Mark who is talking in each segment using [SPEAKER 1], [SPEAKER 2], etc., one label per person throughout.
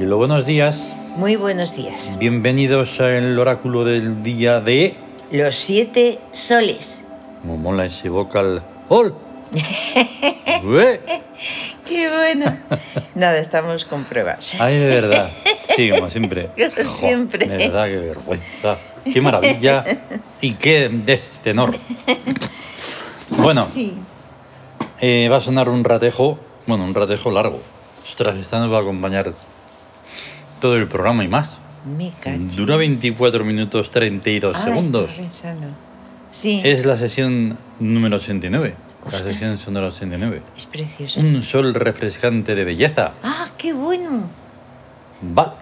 [SPEAKER 1] Hello, buenos días.
[SPEAKER 2] Muy buenos días.
[SPEAKER 1] Bienvenidos al oráculo del día de...
[SPEAKER 2] Los siete soles.
[SPEAKER 1] Como mola ese vocal. ¡Hol! ¡Ué!
[SPEAKER 2] ¡Qué bueno! Nada, estamos con pruebas.
[SPEAKER 1] Ay, de verdad. Sí, como siempre.
[SPEAKER 2] Como siempre.
[SPEAKER 1] De verdad, qué vergüenza. Qué maravilla. Y qué destenor. Bueno,
[SPEAKER 2] Sí.
[SPEAKER 1] eh, va a sonar un ratejo. Bueno, un ratejo largo. Ostras, esta nos va a acompañar todo el programa y más.
[SPEAKER 2] Me cacho. Ah,
[SPEAKER 1] Dura 24 minutos 32 segundos.
[SPEAKER 2] Sí, es,
[SPEAKER 1] Es la sesión número 89.
[SPEAKER 2] Ostras.
[SPEAKER 1] La sesión sonora 89.
[SPEAKER 2] precioso.
[SPEAKER 1] Un sol refrescante de belleza.
[SPEAKER 2] ¡Ah, qué bueno!
[SPEAKER 1] Va.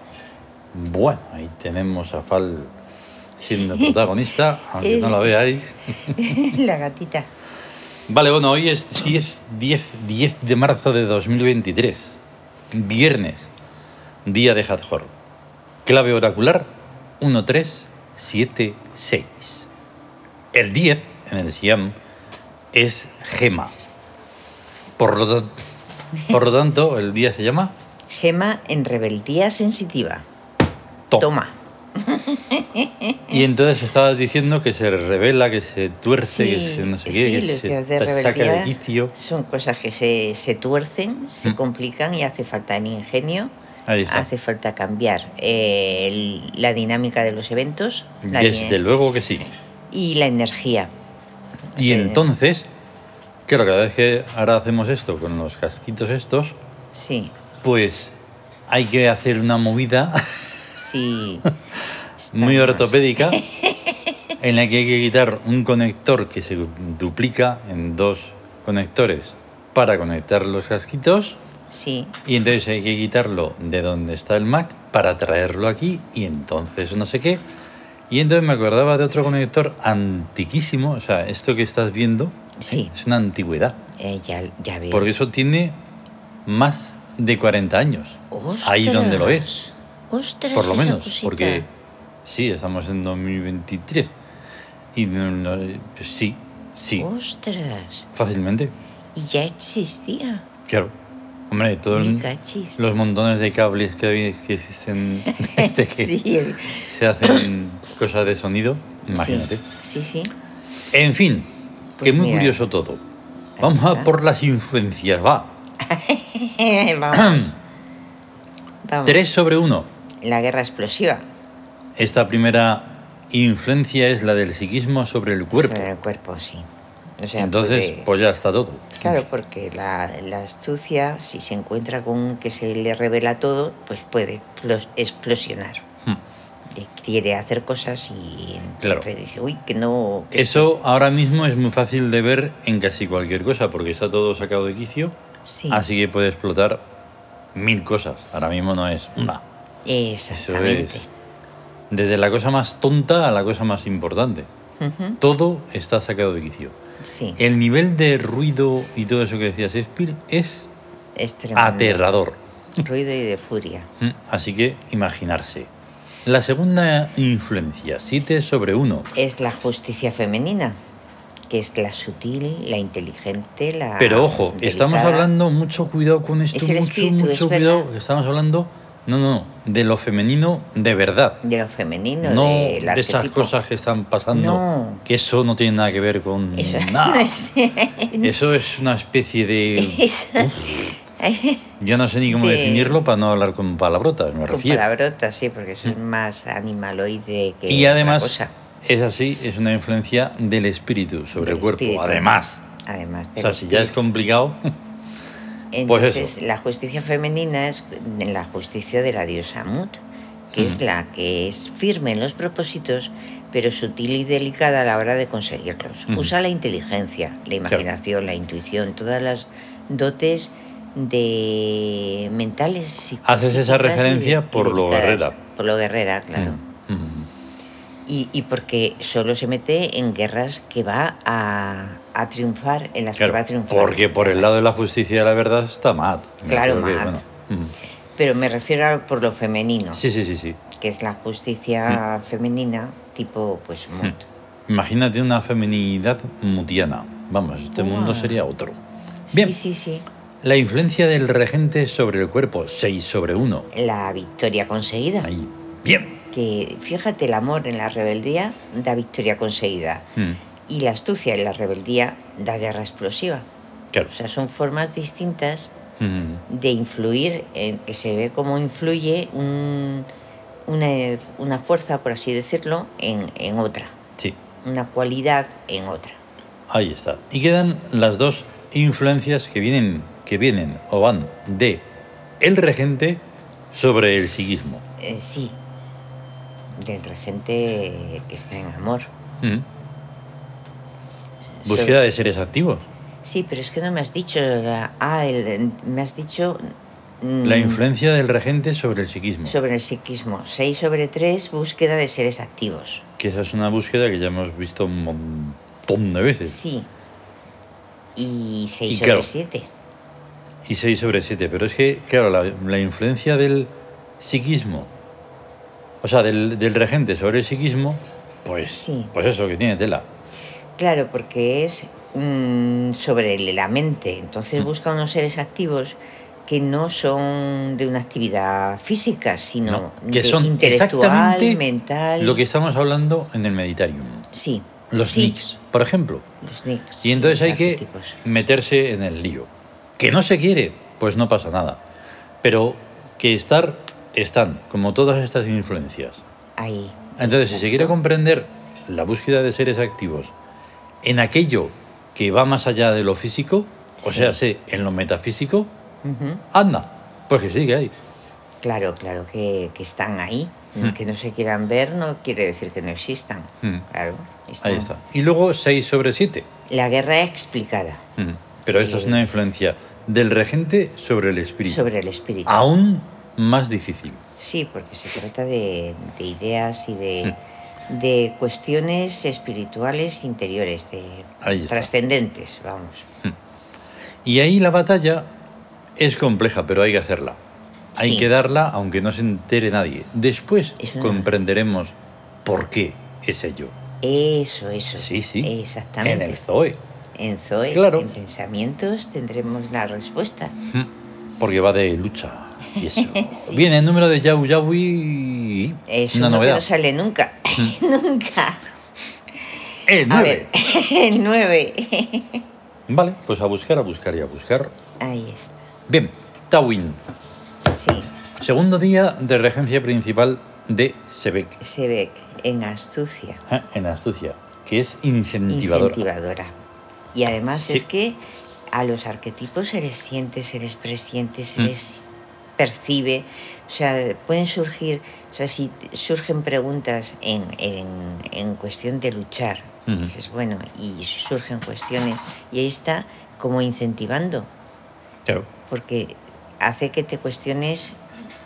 [SPEAKER 1] Bueno, ahí tenemos a Fal siendo protagonista, aunque no la veáis.
[SPEAKER 2] La gatita.
[SPEAKER 1] Vale, bueno, hoy es 10, 10, 10 de marzo de 2023. Viernes, día de Hathor. Clave oracular 1376. El 10 en el Siam es gema. Por lo, tan- por lo tanto, el día se llama
[SPEAKER 2] Gema en rebeldía sensitiva.
[SPEAKER 1] Tom.
[SPEAKER 2] Toma.
[SPEAKER 1] Y entonces estabas diciendo que se revela, que se tuerce, que
[SPEAKER 2] Sí,
[SPEAKER 1] se no sé qué,
[SPEAKER 2] sí,
[SPEAKER 1] que
[SPEAKER 2] los
[SPEAKER 1] se
[SPEAKER 2] días de
[SPEAKER 1] ta- saca de
[SPEAKER 2] rebeldía
[SPEAKER 1] quicio.
[SPEAKER 2] Son cosas que se, se tuercen, se
[SPEAKER 1] Mm.
[SPEAKER 2] complican y hace falta el ingenio.
[SPEAKER 1] Ahí está.
[SPEAKER 2] Hace falta cambiar eh, el- la dinámica de los eventos la
[SPEAKER 1] Desde
[SPEAKER 2] di-
[SPEAKER 1] luego que sí.
[SPEAKER 2] y la energía.
[SPEAKER 1] Y
[SPEAKER 2] Sí.
[SPEAKER 1] entonces, claro, cada vez que ahora hacemos esto con los casquitos estos,
[SPEAKER 2] Sí,
[SPEAKER 1] pues hay que hacer una movida
[SPEAKER 2] sí.
[SPEAKER 1] muy
[SPEAKER 2] Estamos-
[SPEAKER 1] ortopédica en la que hay que quitar un conector que se duplica en dos conectores para conectar los casquitos
[SPEAKER 2] Sí,
[SPEAKER 1] y entonces hay que quitarlo de donde está el Mac para traerlo aquí y entonces no sé qué. Y entonces me acordaba de otro conector antiquísimo, o sea, esto que estás viendo
[SPEAKER 2] Sí.
[SPEAKER 1] es una antigüedad.
[SPEAKER 2] eh, ya, ya veo.
[SPEAKER 1] Porque eso tiene más de 40 años. Ahí donde lo es,
[SPEAKER 2] Ostras,
[SPEAKER 1] por lo
[SPEAKER 2] esa
[SPEAKER 1] menos.
[SPEAKER 2] cosita.
[SPEAKER 1] Porque sí, estamos en 2023. Y no- no- pues sí, sí,
[SPEAKER 2] Ostras,
[SPEAKER 1] fácilmente.
[SPEAKER 2] y ya existía.
[SPEAKER 1] Claro. Hombre, todos
[SPEAKER 2] Me cachis.
[SPEAKER 1] los montones de cables que, había- que existen desde que
[SPEAKER 2] Sí, el-
[SPEAKER 1] se hacen cosas de sonido, imagínate.
[SPEAKER 2] Sí, sí. sí.
[SPEAKER 1] En fin, que
[SPEAKER 2] Pues
[SPEAKER 1] muy
[SPEAKER 2] mira.
[SPEAKER 1] curioso todo. Vamos a
[SPEAKER 2] está.
[SPEAKER 1] por las influencias, va.
[SPEAKER 2] Vamos. Vamos.
[SPEAKER 1] 3 sobre 1.
[SPEAKER 2] La guerra explosiva
[SPEAKER 1] Esta primera influencia es la del psiquismo sobre el cuerpo.
[SPEAKER 2] sobre el cuerpo, sí. O sea,
[SPEAKER 1] Entonces,
[SPEAKER 2] porque-
[SPEAKER 1] pues ya está todo.
[SPEAKER 2] Claro, porque la, la astucia, si se encuentra con un que se le revela todo, pues puede plos- explosionar.
[SPEAKER 1] Hmm.
[SPEAKER 2] Que Quiere hacer cosas y
[SPEAKER 1] Claro.
[SPEAKER 2] entonces dice, uy, que no... que
[SPEAKER 1] Eso ahora mismo es muy fácil de ver en casi cualquier cosa, porque está todo sacado de quicio,
[SPEAKER 2] Sí,
[SPEAKER 1] así que puede explotar mil cosas. Ahora mismo no es una. Eso
[SPEAKER 2] exactamente.
[SPEAKER 1] es. Desde la cosa más tonta a la cosa más importante.
[SPEAKER 2] Ujú,
[SPEAKER 1] Todo está sacado de quicio.
[SPEAKER 2] Sí,
[SPEAKER 1] El nivel de ruido y todo eso que decía Shakespeare es
[SPEAKER 2] es tremendo.
[SPEAKER 1] aterrador.
[SPEAKER 2] Ruido y de furia.
[SPEAKER 1] Mm, Así que imaginarse. La segunda influencia, 7 sobre 1.
[SPEAKER 2] Es la justicia femenina, que es la sutil, la inteligente, la...
[SPEAKER 1] Pero ojo, estamos
[SPEAKER 2] Ah, delicada.
[SPEAKER 1] hablando mucho cuidado con esto,
[SPEAKER 2] Es el
[SPEAKER 1] mucho,
[SPEAKER 2] espíritu,
[SPEAKER 1] mucho
[SPEAKER 2] es
[SPEAKER 1] cuidado.
[SPEAKER 2] verdad.
[SPEAKER 1] Estamos hablando, no, no, de lo femenino de verdad.
[SPEAKER 2] De lo femenino,
[SPEAKER 1] No de,
[SPEAKER 2] del
[SPEAKER 1] esas
[SPEAKER 2] arquetipo.
[SPEAKER 1] cosas que están pasando,
[SPEAKER 2] No.
[SPEAKER 1] que eso no tiene nada que ver con
[SPEAKER 2] Eso
[SPEAKER 1] nada.
[SPEAKER 2] no es-
[SPEAKER 1] Eso es una especie de...
[SPEAKER 2] eso-
[SPEAKER 1] Yo no sé ni cómo
[SPEAKER 2] De-
[SPEAKER 1] definirlo para no hablar con palabrotas, me
[SPEAKER 2] Con
[SPEAKER 1] refiero.
[SPEAKER 2] palabrotas, sí, porque son más animaloide que
[SPEAKER 1] Mm. Y
[SPEAKER 2] otra
[SPEAKER 1] además,
[SPEAKER 2] cosa.
[SPEAKER 1] es así, es una influencia del espíritu sobre
[SPEAKER 2] Del
[SPEAKER 1] el cuerpo.
[SPEAKER 2] espíritu.
[SPEAKER 1] Además,
[SPEAKER 2] Además
[SPEAKER 1] O
[SPEAKER 2] del
[SPEAKER 1] sea, si ya es
[SPEAKER 2] espíritu.
[SPEAKER 1] complicado, pues eso.
[SPEAKER 2] Entonces, la justicia femenina es la justicia de la diosa Mut, que es
[SPEAKER 1] Ujú.
[SPEAKER 2] la que es firme en los propósitos, pero sutil y delicada a la hora de conseguirlos.
[SPEAKER 1] Ujú.
[SPEAKER 2] Usa la inteligencia, la imaginación, la intuición, todas las dotes de mentales psico-
[SPEAKER 1] Haces esa
[SPEAKER 2] psíquicas y
[SPEAKER 1] referencia por lo
[SPEAKER 2] dedicadas.
[SPEAKER 1] guerrera.
[SPEAKER 2] Por lo guerrera, claro.
[SPEAKER 1] Mm, mm.
[SPEAKER 2] Y, y porque solo se mete en guerras que va a, a triunfar, en las
[SPEAKER 1] Claro,
[SPEAKER 2] que va a triunfar.
[SPEAKER 1] porque por el lado de la justicia y la verdad está Matt. Me
[SPEAKER 2] Claro,
[SPEAKER 1] acuerdo
[SPEAKER 2] Matt.
[SPEAKER 1] mm.
[SPEAKER 2] Pero me refiero a por lo femenino,
[SPEAKER 1] Sí, sí, sí, sí.
[SPEAKER 2] que es la
[SPEAKER 1] Mm.
[SPEAKER 2] justicia femenina tipo, pues, Mut.
[SPEAKER 1] Imagínate una feminidad mutiana. Vamos, este
[SPEAKER 2] Buah.
[SPEAKER 1] mundo sería otro.
[SPEAKER 2] Sí,
[SPEAKER 1] Bien,
[SPEAKER 2] sí, sí.
[SPEAKER 1] La influencia del regente sobre el cuerpo, 6 sobre 1.
[SPEAKER 2] La victoria conseguida.
[SPEAKER 1] Ahí. Bien.
[SPEAKER 2] Que fíjate, el amor en la rebeldía da victoria conseguida.
[SPEAKER 1] Mm,
[SPEAKER 2] Y la astucia en la rebeldía da guerra explosiva.
[SPEAKER 1] claro.
[SPEAKER 2] O sea, son formas distintas
[SPEAKER 1] Mm,
[SPEAKER 2] de influir, en que se ve cómo influye un- una, una fuerza, por así decirlo, en, en otra,
[SPEAKER 1] sí,
[SPEAKER 2] una cualidad en otra.
[SPEAKER 1] ahí está. Y quedan las dos influencias que vienen, que vienen o van de el regente sobre el psiquismo.
[SPEAKER 2] Eh, sí, del regente que está en amor.
[SPEAKER 1] Mm. Búsqueda de seres activos.
[SPEAKER 2] Sí, pero es que no me has dicho. la- Ah, el- me has dicho. mm,
[SPEAKER 1] La influencia del regente sobre el psiquismo.
[SPEAKER 2] Sobre el psiquismo. 6 sobre 3, búsqueda de seres activos.
[SPEAKER 1] Que esa es una búsqueda que ya hemos visto un montón de veces.
[SPEAKER 2] Sí. Y 6
[SPEAKER 1] Y
[SPEAKER 2] sobre
[SPEAKER 1] claro.
[SPEAKER 2] 7.
[SPEAKER 1] Y 6 sobre 7. Pero es que, claro, la, la influencia del psiquismo, o sea, del, del regente sobre el psiquismo, pues,
[SPEAKER 2] Sí.
[SPEAKER 1] pues eso, que tiene tela.
[SPEAKER 2] Claro, porque es mm, sobre el- la mente. Entonces
[SPEAKER 1] Mm.
[SPEAKER 2] busca unos seres activos que no son de una actividad física, sino
[SPEAKER 1] No, que
[SPEAKER 2] de
[SPEAKER 1] son
[SPEAKER 2] intelectual,
[SPEAKER 1] exactamente
[SPEAKER 2] mental.
[SPEAKER 1] Lo que estamos hablando en el Meditarium.
[SPEAKER 2] Sí,
[SPEAKER 1] Los
[SPEAKER 2] Sí.
[SPEAKER 1] nicks, por ejemplo.
[SPEAKER 2] los nicks.
[SPEAKER 1] Y entonces
[SPEAKER 2] los
[SPEAKER 1] hay que
[SPEAKER 2] arquetipos.
[SPEAKER 1] meterse en el lío. Que no se quiere, pues no pasa nada. Pero que estar, están, como todas estas influencias.
[SPEAKER 2] Ahí.
[SPEAKER 1] Entonces, si se quiere comprender la búsqueda de seres activos en aquello que va más allá de lo físico, o
[SPEAKER 2] Sí.
[SPEAKER 1] sea, sé, en lo metafísico,
[SPEAKER 2] Ujú.
[SPEAKER 1] anda, pues que sigue ahí.
[SPEAKER 2] Claro, claro que, que están ahí.
[SPEAKER 1] Mm.
[SPEAKER 2] Que no se quieran ver no quiere decir que no existan.
[SPEAKER 1] Mm,
[SPEAKER 2] Claro,
[SPEAKER 1] Ahí
[SPEAKER 2] están.
[SPEAKER 1] está. Y luego 6 sobre 7.
[SPEAKER 2] La guerra explicada
[SPEAKER 1] Mm. Pero esa es
[SPEAKER 2] Sí.
[SPEAKER 1] una influencia del regente sobre el espíritu.
[SPEAKER 2] Eh, sobre el espíritu.
[SPEAKER 1] Aún más difícil.
[SPEAKER 2] Sí, porque se trata de, de ideas y de,
[SPEAKER 1] Hmm.
[SPEAKER 2] de cuestiones espirituales interiores, de
[SPEAKER 1] Ahí está.
[SPEAKER 2] trascendentes, vamos.
[SPEAKER 1] Y ahí la batalla es compleja, pero hay que hacerla. Hay
[SPEAKER 2] Sí.
[SPEAKER 1] que darla aunque no se entere nadie. Después
[SPEAKER 2] Es una-
[SPEAKER 1] comprenderemos por qué es ello.
[SPEAKER 2] Eso, eso.
[SPEAKER 1] Sí, sí. En
[SPEAKER 2] Exactamente.
[SPEAKER 1] el Zoe.
[SPEAKER 2] En Zoe,
[SPEAKER 1] Claro.
[SPEAKER 2] en pensamientos, tendremos la respuesta.
[SPEAKER 1] Porque va de lucha. Y eso.
[SPEAKER 2] Mm. Sí.
[SPEAKER 1] Viene el número de Yau Yaui.
[SPEAKER 2] Es
[SPEAKER 1] una
[SPEAKER 2] uno que
[SPEAKER 1] novedad.
[SPEAKER 2] no sale nunca. nunca.
[SPEAKER 1] El
[SPEAKER 2] A
[SPEAKER 1] 9.
[SPEAKER 2] ver, el 9.
[SPEAKER 1] Vale, pues a buscar, a buscar y a buscar.
[SPEAKER 2] Ahí está.
[SPEAKER 1] Bien, Tawin.
[SPEAKER 2] Sí,
[SPEAKER 1] Segundo día de regencia principal de Sebek
[SPEAKER 2] se ve en astucia.
[SPEAKER 1] ¿eh? en Astucia, que es incentivadora.
[SPEAKER 2] incentivadora. Y además
[SPEAKER 1] Sí.
[SPEAKER 2] es que a los arquetipos se les siente, se les presiente, se
[SPEAKER 1] Mm.
[SPEAKER 2] les percibe. O sea, pueden surgir, o sea, si t- surgen preguntas en, en- en cuestión de luchar,
[SPEAKER 1] Ujú.
[SPEAKER 2] dices, bueno, y surgen cuestiones, y ahí está como incentivando,
[SPEAKER 1] Claro.
[SPEAKER 2] porque hace que te cuestiones,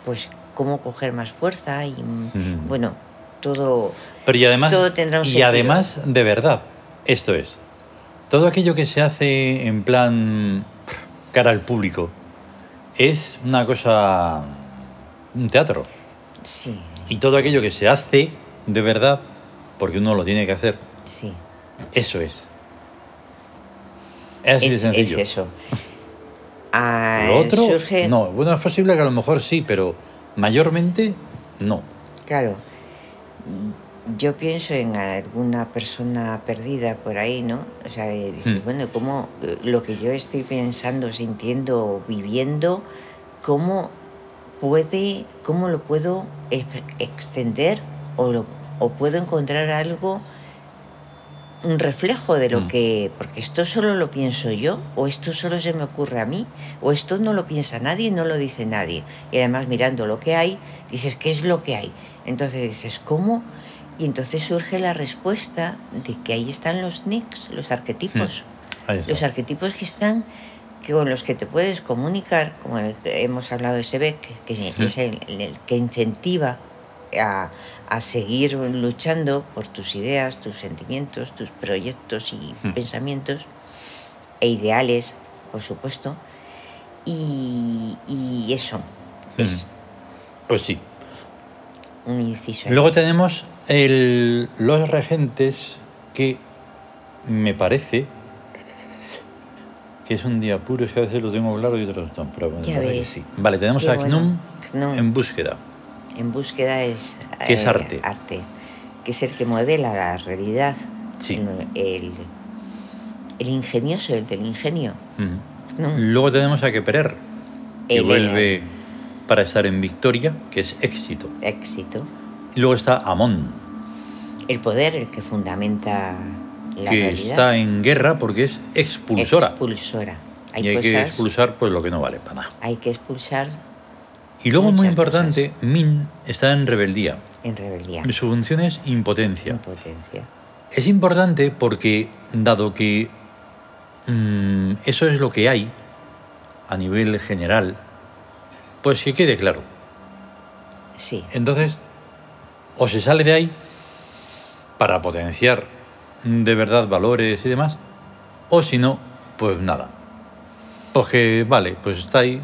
[SPEAKER 2] pues, cómo coger más fuerza y,
[SPEAKER 1] Mm.
[SPEAKER 2] bueno, todo
[SPEAKER 1] Pero y además,
[SPEAKER 2] Todo tendrá un
[SPEAKER 1] y
[SPEAKER 2] sentido.
[SPEAKER 1] además, de verdad, esto es, todo aquello que se hace en plan cara al público es una cosa, un teatro.
[SPEAKER 2] Sí,
[SPEAKER 1] Y todo aquello que se hace de verdad, porque uno lo tiene que hacer,
[SPEAKER 2] sí.
[SPEAKER 1] eso es. Es así de
[SPEAKER 2] es, es
[SPEAKER 1] sencillo.
[SPEAKER 2] eso. Ah,
[SPEAKER 1] Lo otro,
[SPEAKER 2] surge,
[SPEAKER 1] no. Bueno, es posible que a lo mejor sí, pero mayormente no.
[SPEAKER 2] Claro, yo pienso en alguna persona perdida por ahí, ¿no? O sea, y dices,
[SPEAKER 1] Mm.
[SPEAKER 2] bueno, ¿cómo eh, lo que yo estoy pensando, sintiendo, viviendo, cómo puede, cómo lo puedo ex- extender o, lo- o puedo encontrar algo, un reflejo de lo
[SPEAKER 1] Mm.
[SPEAKER 2] que, porque esto solo lo pienso yo, o esto solo se me ocurre a mí, o esto no lo piensa nadie, no lo dice nadie. Y además mirando lo que hay, dices, ¿qué es lo que hay? Entonces dices, ¿cómo? Y entonces surge la respuesta de que ahí están los nicks, los arquetipos.
[SPEAKER 1] Ahí está. Mm.
[SPEAKER 2] Los arquetipos que están, que con los que te puedes comunicar, como el que hemos hablado de Sebec, que
[SPEAKER 1] Ujú.
[SPEAKER 2] es el, el que incentiva a, a seguir luchando por tus ideas, tus sentimientos, tus proyectos y
[SPEAKER 1] Ujú.
[SPEAKER 2] pensamientos e ideales, por supuesto. Y, y eso
[SPEAKER 1] Hmm.
[SPEAKER 2] es
[SPEAKER 1] Pues sí.
[SPEAKER 2] un inciso. ahí.
[SPEAKER 1] Luego tenemos el- los regentes que me parece que es un día puro, es que a veces lo tengo claro y otros no, pero bueno,
[SPEAKER 2] Ya
[SPEAKER 1] parece que
[SPEAKER 2] ves.
[SPEAKER 1] sí. Vale, tenemos
[SPEAKER 2] Qué
[SPEAKER 1] a
[SPEAKER 2] bueno.
[SPEAKER 1] GNUM
[SPEAKER 2] GNUM.
[SPEAKER 1] en búsqueda.
[SPEAKER 2] En búsqueda es...
[SPEAKER 1] ¿Qué es
[SPEAKER 2] eh,
[SPEAKER 1] arte?
[SPEAKER 2] Arte, que es el que modela la realidad.
[SPEAKER 1] Sí.
[SPEAKER 2] El, el, el ingenioso, el del ingenio.
[SPEAKER 1] Mm.
[SPEAKER 2] GNUM.
[SPEAKER 1] Luego tenemos a Keperer, que
[SPEAKER 2] El-
[SPEAKER 1] vuelve para estar en victoria, que es éxito.
[SPEAKER 2] Éxito.
[SPEAKER 1] Y luego está Amon,
[SPEAKER 2] El poder, el que fundamenta la
[SPEAKER 1] que
[SPEAKER 2] realidad.
[SPEAKER 1] está en guerra porque es expulsora.
[SPEAKER 2] Expulsora. Hay
[SPEAKER 1] y hay que
[SPEAKER 2] cosas-
[SPEAKER 1] expulsar pues lo que no vale para nada.
[SPEAKER 2] hay que expulsar
[SPEAKER 1] Y luego, muy
[SPEAKER 2] Muchas
[SPEAKER 1] importante, Min está en rebeldía.
[SPEAKER 2] en rebeldía.
[SPEAKER 1] Su función es impotencia.
[SPEAKER 2] Impotencia.
[SPEAKER 1] Es importante porque, dado que mm, eso es lo que hay a nivel general, pues que quede claro.
[SPEAKER 2] Sí.
[SPEAKER 1] Entonces, o se sale de ahí para potenciar de verdad valores y demás, o si no, pues nada. Porque, vale, pues está ahí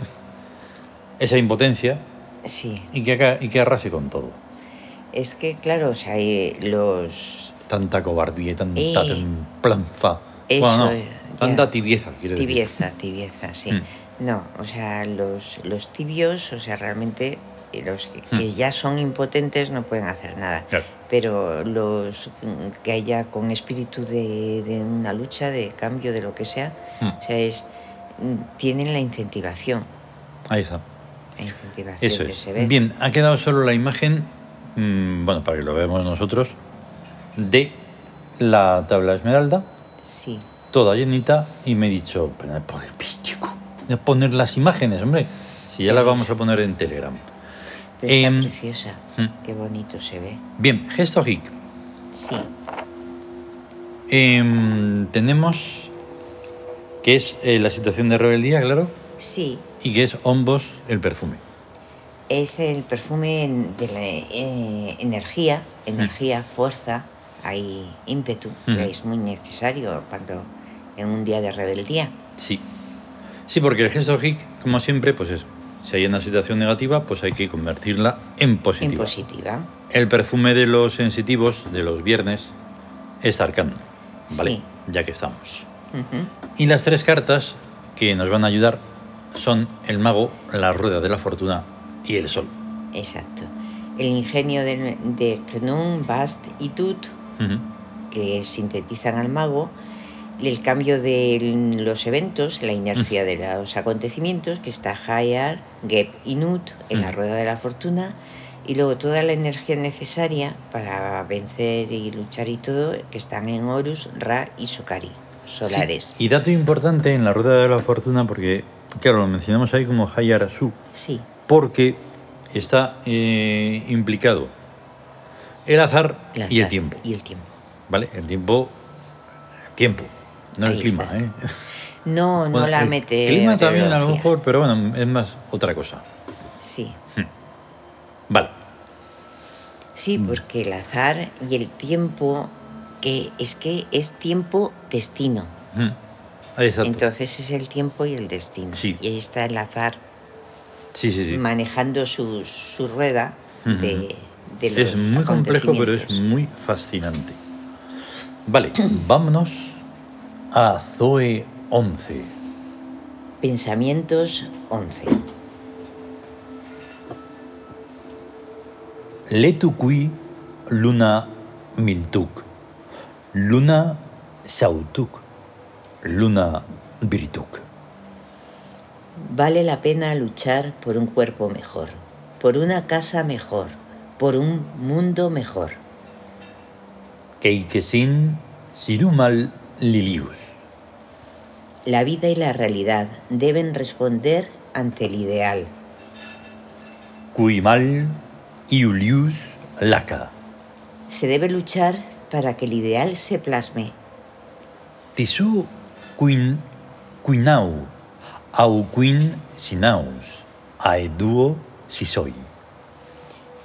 [SPEAKER 1] esa impotencia
[SPEAKER 2] Sí.
[SPEAKER 1] y que, aca- y que arrase con todo.
[SPEAKER 2] Es que, claro, o sea, eh, los
[SPEAKER 1] Tanta cobardía y tanta
[SPEAKER 2] Eh,
[SPEAKER 1] templanza.
[SPEAKER 2] eso
[SPEAKER 1] Bueno, no,
[SPEAKER 2] es, ya.
[SPEAKER 1] tanta tibieza, quiero decir.
[SPEAKER 2] tibieza, tibieza, sí.
[SPEAKER 1] Mm.
[SPEAKER 2] No, o sea, los, los tibios, o sea, realmente eh, los que, que
[SPEAKER 1] Mm.
[SPEAKER 2] ya son impotentes no pueden hacer nada.
[SPEAKER 1] Claro.
[SPEAKER 2] Pero los mm, que haya con espíritu de, de una lucha, de cambio, de lo que sea,
[SPEAKER 1] Mm.
[SPEAKER 2] o sea, es, mm, tienen la incentivación.
[SPEAKER 1] Ahí está.
[SPEAKER 2] La incentivación
[SPEAKER 1] Eso
[SPEAKER 2] que
[SPEAKER 1] es.
[SPEAKER 2] se ve.
[SPEAKER 1] Bien, ha quedado solo la imagen, mm, bueno, para que lo veamos nosotros, de la tabla esmeralda,
[SPEAKER 2] Sí.
[SPEAKER 1] toda llenita, y me he dicho, pero no poner pichico, no poner las imágenes, hombre, si ya las vamos a poner en Telegram.
[SPEAKER 2] Pero está
[SPEAKER 1] Em,
[SPEAKER 2] preciosa.
[SPEAKER 1] mm.
[SPEAKER 2] Qué bonito se ve.
[SPEAKER 1] Bien, gesto hic.
[SPEAKER 2] Sí.
[SPEAKER 1] Em, tenemos que es eh, la situación de rebeldía, claro,
[SPEAKER 2] Sí.
[SPEAKER 1] y que es hombos el perfume.
[SPEAKER 2] Es el perfume de la eh, energía, energía, fuerza, hay ímpetu,
[SPEAKER 1] Ujú.
[SPEAKER 2] que es muy necesario cuando en un día de rebeldía.
[SPEAKER 1] Sí. Sí, porque el gesto hic, como siempre, pues eso. Si hay una situación negativa, pues hay que convertirla en positiva.
[SPEAKER 2] En positiva.
[SPEAKER 1] El perfume de los sensitivos de los viernes es Arcán, ¿vale?
[SPEAKER 2] Sí.
[SPEAKER 1] Ya que estamos.
[SPEAKER 2] Ujú.
[SPEAKER 1] Y las tres cartas que nos van a ayudar son el mago, la rueda de la fortuna y el sol.
[SPEAKER 2] Exacto. El ingenio de, de Knun, Bast y Tut,
[SPEAKER 1] Ujú.
[SPEAKER 2] que sintetizan al mago, el cambio de los eventos, la inercia
[SPEAKER 1] Mm.
[SPEAKER 2] de los acontecimientos, que está Hayar, Gep y Nut en la
[SPEAKER 1] Mm.
[SPEAKER 2] rueda de la fortuna, y luego toda la energía necesaria para vencer y luchar y todo, que están en Horus, Ra y Sokari, solares.
[SPEAKER 1] Sí, Y dato importante en la rueda de la fortuna, porque, claro, lo mencionamos ahí como Hayarasu,
[SPEAKER 2] Sí,
[SPEAKER 1] porque está eh, implicado el azar,
[SPEAKER 2] la
[SPEAKER 1] y el
[SPEAKER 2] verdad,
[SPEAKER 1] tiempo.
[SPEAKER 2] Y el tiempo.
[SPEAKER 1] ¿Vale? El tiempo. Tiempo. No el
[SPEAKER 2] Ahí
[SPEAKER 1] clima,
[SPEAKER 2] está.
[SPEAKER 1] ¿eh?
[SPEAKER 2] No,
[SPEAKER 1] Bueno,
[SPEAKER 2] no la
[SPEAKER 1] el
[SPEAKER 2] mete.
[SPEAKER 1] Clima también, a lo mejor, pero bueno, es más otra cosa.
[SPEAKER 2] Sí.
[SPEAKER 1] Vale.
[SPEAKER 2] Sí,
[SPEAKER 1] Mm.
[SPEAKER 2] porque el azar y el tiempo, que es que es tiempo destino.
[SPEAKER 1] Mm. Ahí está.
[SPEAKER 2] Entonces es el tiempo y el destino.
[SPEAKER 1] Sí.
[SPEAKER 2] Y ahí está el azar
[SPEAKER 1] sí, sí, sí.
[SPEAKER 2] manejando su, su rueda de, de los
[SPEAKER 1] Es muy complejo, pero es
[SPEAKER 2] acontecimientos.
[SPEAKER 1] muy fascinante. Vale, vámonos a Zoe 11.
[SPEAKER 2] Pensamientos 11.
[SPEAKER 1] Letu qui luna miltuk, luna sautuk, luna virtuk.
[SPEAKER 2] Vale la pena luchar por un cuerpo mejor, por una casa mejor, por un mundo mejor.
[SPEAKER 1] Keikesin sirumal lilius.
[SPEAKER 2] La vida y la realidad deben responder ante el ideal.
[SPEAKER 1] Cuimal iulius laca.
[SPEAKER 2] Se debe luchar para que el ideal se plasme.
[SPEAKER 1] Tisú quin quinau au quin sinaus aeduo sisoi.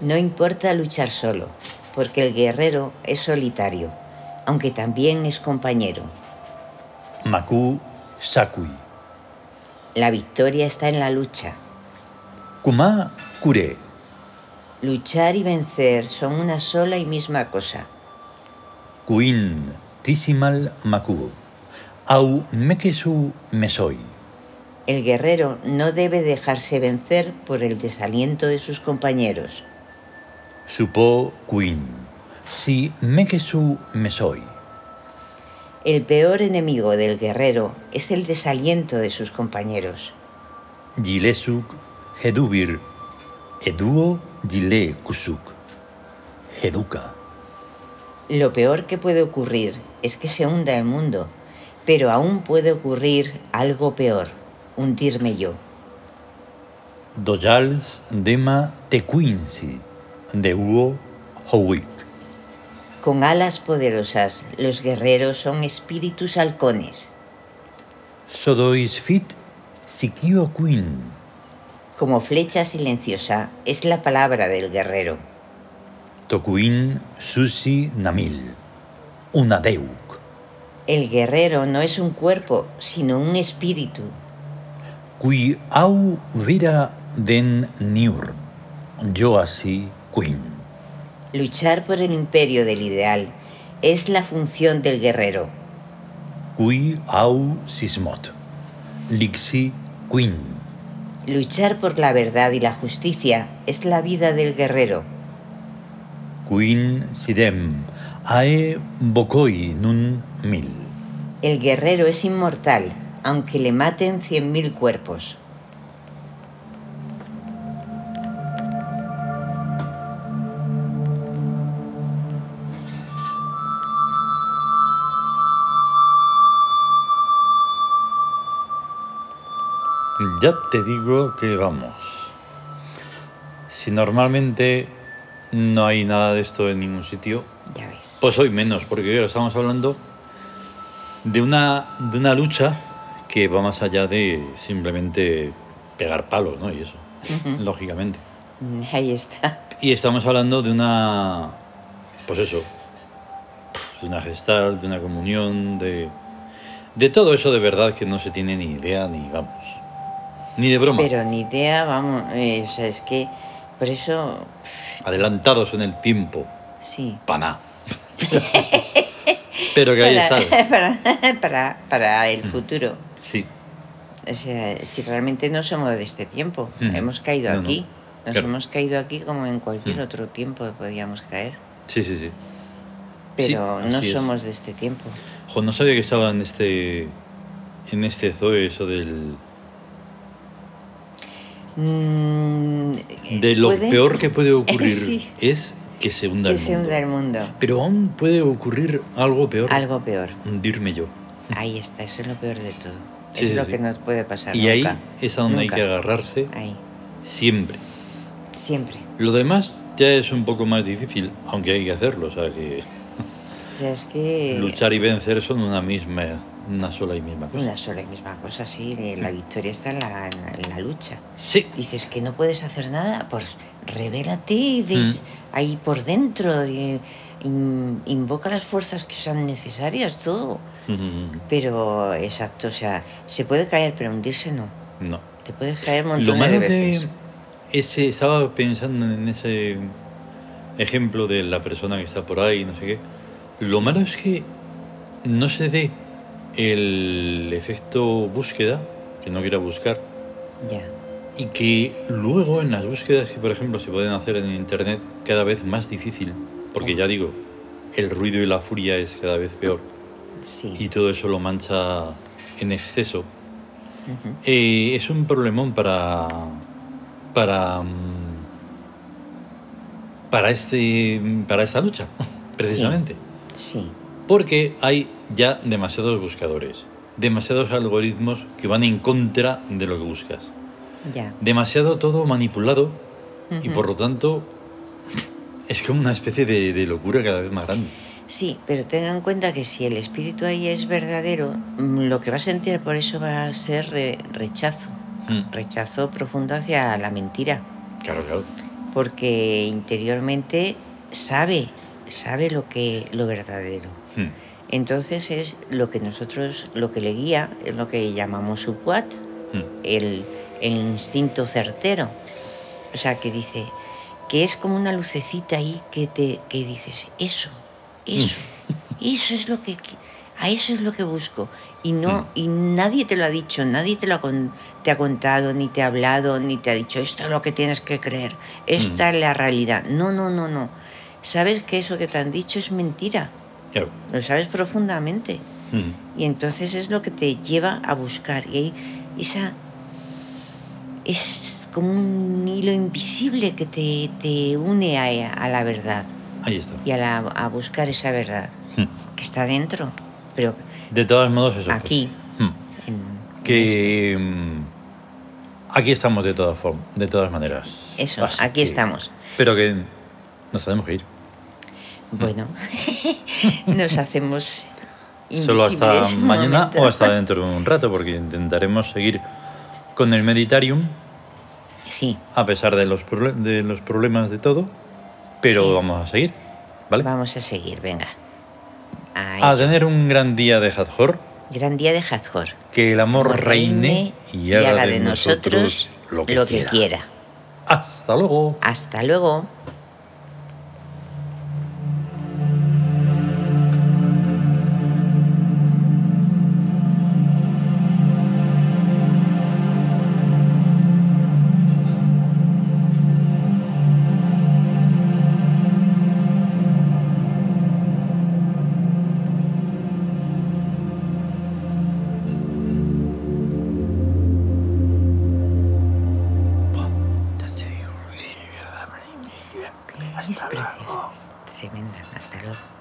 [SPEAKER 2] No importa luchar solo, porque el guerrero es solitario, aunque también es compañero.
[SPEAKER 1] Macu sacui.
[SPEAKER 2] La victoria está en la lucha.
[SPEAKER 1] Cuma cure.
[SPEAKER 2] Luchar y vencer son una sola y misma cosa.
[SPEAKER 1] Quin tissimal macu Au mekesu mesoi.
[SPEAKER 2] El guerrero no debe dejarse vencer por el desaliento de sus compañeros.
[SPEAKER 1] Supo quin. Si mekesu mesoi.
[SPEAKER 2] El peor enemigo del guerrero es el desaliento de sus compañeros.
[SPEAKER 1] Gilesuk hedubir. Eduo gile kusuk. Heduka.
[SPEAKER 2] Lo peor que puede ocurrir es que se hunda el mundo, pero aún puede ocurrir algo peor, hundirme yo.
[SPEAKER 1] Dojals dema tequinsi. Deuo howik.
[SPEAKER 2] Con alas poderosas, los guerreros son espíritus halcones.
[SPEAKER 1] Sodois fit sikio quin.
[SPEAKER 2] Como flecha silenciosa es la palabra del guerrero.
[SPEAKER 1] Tokuin susi namil. Unadeuk.
[SPEAKER 2] El guerrero no es un cuerpo, sino un espíritu.
[SPEAKER 1] Qui au vira den niur. Yo así quin.
[SPEAKER 2] Luchar por el imperio del ideal es la función del guerrero.
[SPEAKER 1] Qui au sismot. Lixi quin.
[SPEAKER 2] Luchar por la verdad y la justicia es la vida del guerrero.
[SPEAKER 1] Quin sidem. Ae bokoi nun mil.
[SPEAKER 2] El guerrero es inmortal, aunque le maten cien mil cuerpos.
[SPEAKER 1] Ya te digo que vamos. Si normalmente no hay nada de esto en ningún sitio,
[SPEAKER 2] Ya ves.
[SPEAKER 1] pues hoy menos, porque hoy estamos hablando de una, de una lucha que va más allá de simplemente pegar palos, ¿no? Y eso,
[SPEAKER 2] Ujú.
[SPEAKER 1] lógicamente.
[SPEAKER 2] Mm, Ahí está.
[SPEAKER 1] Y estamos hablando de una, pues eso, de una gestal, de una comunión, de, de todo eso de verdad que no se tiene ni idea, ni vamos, ni de broma.
[SPEAKER 2] Pero ni idea, vamos, eh, o sea, es que por eso,
[SPEAKER 1] Adelantados en el tiempo,
[SPEAKER 2] sí.
[SPEAKER 1] paná. Pero que ahí está,
[SPEAKER 2] para, para, para el futuro.
[SPEAKER 1] sí.
[SPEAKER 2] O sea, si realmente no somos de este tiempo,
[SPEAKER 1] Mm.
[SPEAKER 2] hemos caído
[SPEAKER 1] No, no.
[SPEAKER 2] aquí. Nos
[SPEAKER 1] Claro.
[SPEAKER 2] hemos caído aquí como en cualquier
[SPEAKER 1] Mm.
[SPEAKER 2] otro tiempo podíamos caer.
[SPEAKER 1] Sí, sí, sí. Sí,
[SPEAKER 2] Pero no
[SPEAKER 1] así es.
[SPEAKER 2] somos de este tiempo.
[SPEAKER 1] Jo, no sabía que estaba en este. En este Zoe, eso del.
[SPEAKER 2] Mm,
[SPEAKER 1] De lo
[SPEAKER 2] ¿puede
[SPEAKER 1] peor que puede ocurrir
[SPEAKER 2] Sí.
[SPEAKER 1] es que se hunda
[SPEAKER 2] que
[SPEAKER 1] el
[SPEAKER 2] se
[SPEAKER 1] mundo.
[SPEAKER 2] hunda el mundo.
[SPEAKER 1] Pero aún puede ocurrir algo peor.
[SPEAKER 2] Algo peor.
[SPEAKER 1] Hundirme yo.
[SPEAKER 2] Ahí está, eso es lo peor de todo.
[SPEAKER 1] Sí,
[SPEAKER 2] es
[SPEAKER 1] sí,
[SPEAKER 2] lo
[SPEAKER 1] sí.
[SPEAKER 2] que nos puede pasar.
[SPEAKER 1] Y ahí
[SPEAKER 2] nunca.
[SPEAKER 1] es a donde hay
[SPEAKER 2] Nunca.
[SPEAKER 1] que agarrarse
[SPEAKER 2] Ahí,
[SPEAKER 1] siempre.
[SPEAKER 2] siempre.
[SPEAKER 1] Lo demás ya es un poco más difícil, aunque hay que hacerlo. O sea que
[SPEAKER 2] O sea, es que
[SPEAKER 1] luchar y vencer son una misma, una sola y misma cosa.
[SPEAKER 2] una sola y misma cosa, sí. eh, La victoria está en la, en la lucha.
[SPEAKER 1] Sí.
[SPEAKER 2] Dices que no puedes hacer nada, pues revélate y
[SPEAKER 1] Mm.
[SPEAKER 2] des ahí por dentro. y- in- invoca las fuerzas que sean necesarias, todo. Pero, exacto, o sea, se puede caer, pero hundirse no.
[SPEAKER 1] No.
[SPEAKER 2] Te puedes caer
[SPEAKER 1] Lo
[SPEAKER 2] montones de
[SPEAKER 1] malo
[SPEAKER 2] veces.
[SPEAKER 1] de ese, estaba pensando en ese ejemplo de la persona que está por ahí, no sé qué. Lo malo es que no se dé el efecto búsqueda, que no quiera buscar,
[SPEAKER 2] Ya.
[SPEAKER 1] y que luego en las búsquedas que, por ejemplo, se pueden hacer en Internet, cada vez más difícil, porque
[SPEAKER 2] Ah.
[SPEAKER 1] ya digo, el ruido y la furia es cada vez peor,
[SPEAKER 2] Sí.
[SPEAKER 1] y todo eso lo mancha en exceso.
[SPEAKER 2] Ujú.
[SPEAKER 1] Eh, es un problemón para. para. mm, para este. para esta lucha, precisamente.
[SPEAKER 2] Sí.
[SPEAKER 1] Porque hay ya demasiados buscadores, demasiados algoritmos que van en contra de lo que buscas.
[SPEAKER 2] Ya.
[SPEAKER 1] Demasiado todo manipulado y
[SPEAKER 2] Ujú.
[SPEAKER 1] por lo tanto. Es como una especie de, de locura cada vez más grande.
[SPEAKER 2] Sí, pero tengan en cuenta que si el espíritu ahí es verdadero, mm, lo que va a sentir por eso va a ser re- rechazo,
[SPEAKER 1] Mm,
[SPEAKER 2] rechazo profundo hacia la mentira,
[SPEAKER 1] Claro, claro.
[SPEAKER 2] porque interiormente sabe, sabe lo que lo verdadero.
[SPEAKER 1] Mm,
[SPEAKER 2] Entonces es lo que nosotros, lo que le guía, es lo que llamamos subquat,
[SPEAKER 1] mm,
[SPEAKER 2] el, el instinto certero. O sea, que dice, que es como una lucecita ahí que te que dices, eso, eso, eso es lo que... qui- A eso es lo que busco. Y no,
[SPEAKER 1] Mm.
[SPEAKER 2] y nadie te lo ha dicho, nadie te lo ha, con- te ha contado, ni te ha hablado, ni te ha dicho, esto es lo que tienes que creer, esta es la realidad. No, no, no, no. Sabes que eso que te han dicho es mentira,
[SPEAKER 1] Claro.
[SPEAKER 2] lo sabes profundamente.
[SPEAKER 1] Mm.
[SPEAKER 2] Y entonces es lo que te lleva a buscar. Y ahí esa es como un hilo invisible que te, te une a, a la verdad
[SPEAKER 1] Ahí está.
[SPEAKER 2] y a, la- a buscar esa verdad
[SPEAKER 1] Mm.
[SPEAKER 2] que está dentro. Pero
[SPEAKER 1] De todos modos, eso. pues.
[SPEAKER 2] Aquí.
[SPEAKER 1] Mm.
[SPEAKER 2] en-
[SPEAKER 1] Que. mm, Aquí estamos de todas formas, de todas maneras.
[SPEAKER 2] eso,
[SPEAKER 1] Así que-
[SPEAKER 2] aquí estamos.
[SPEAKER 1] Pero que nos tenemos que ir.
[SPEAKER 2] Bueno, nos hacemos
[SPEAKER 1] Solo
[SPEAKER 2] invisibles.
[SPEAKER 1] hasta
[SPEAKER 2] un
[SPEAKER 1] mañana
[SPEAKER 2] momento.
[SPEAKER 1] o hasta dentro de un rato, porque intentaremos seguir con el Meditarium,
[SPEAKER 2] Sí,
[SPEAKER 1] a pesar de los, proble- de los problemas de todo, pero
[SPEAKER 2] Sí.
[SPEAKER 1] vamos a seguir, ¿vale? Ah,
[SPEAKER 2] vamos a seguir, venga. Ay,
[SPEAKER 1] A tener un gran día de Hadjor,
[SPEAKER 2] gran día de Hazor.
[SPEAKER 1] que el amor,
[SPEAKER 2] amor
[SPEAKER 1] reine, y haga, de, nosotros, lo que, quiera.
[SPEAKER 2] quiera.
[SPEAKER 1] Hasta luego.
[SPEAKER 2] Hasta luego. Es precioso, es tremenda. Hasta luego.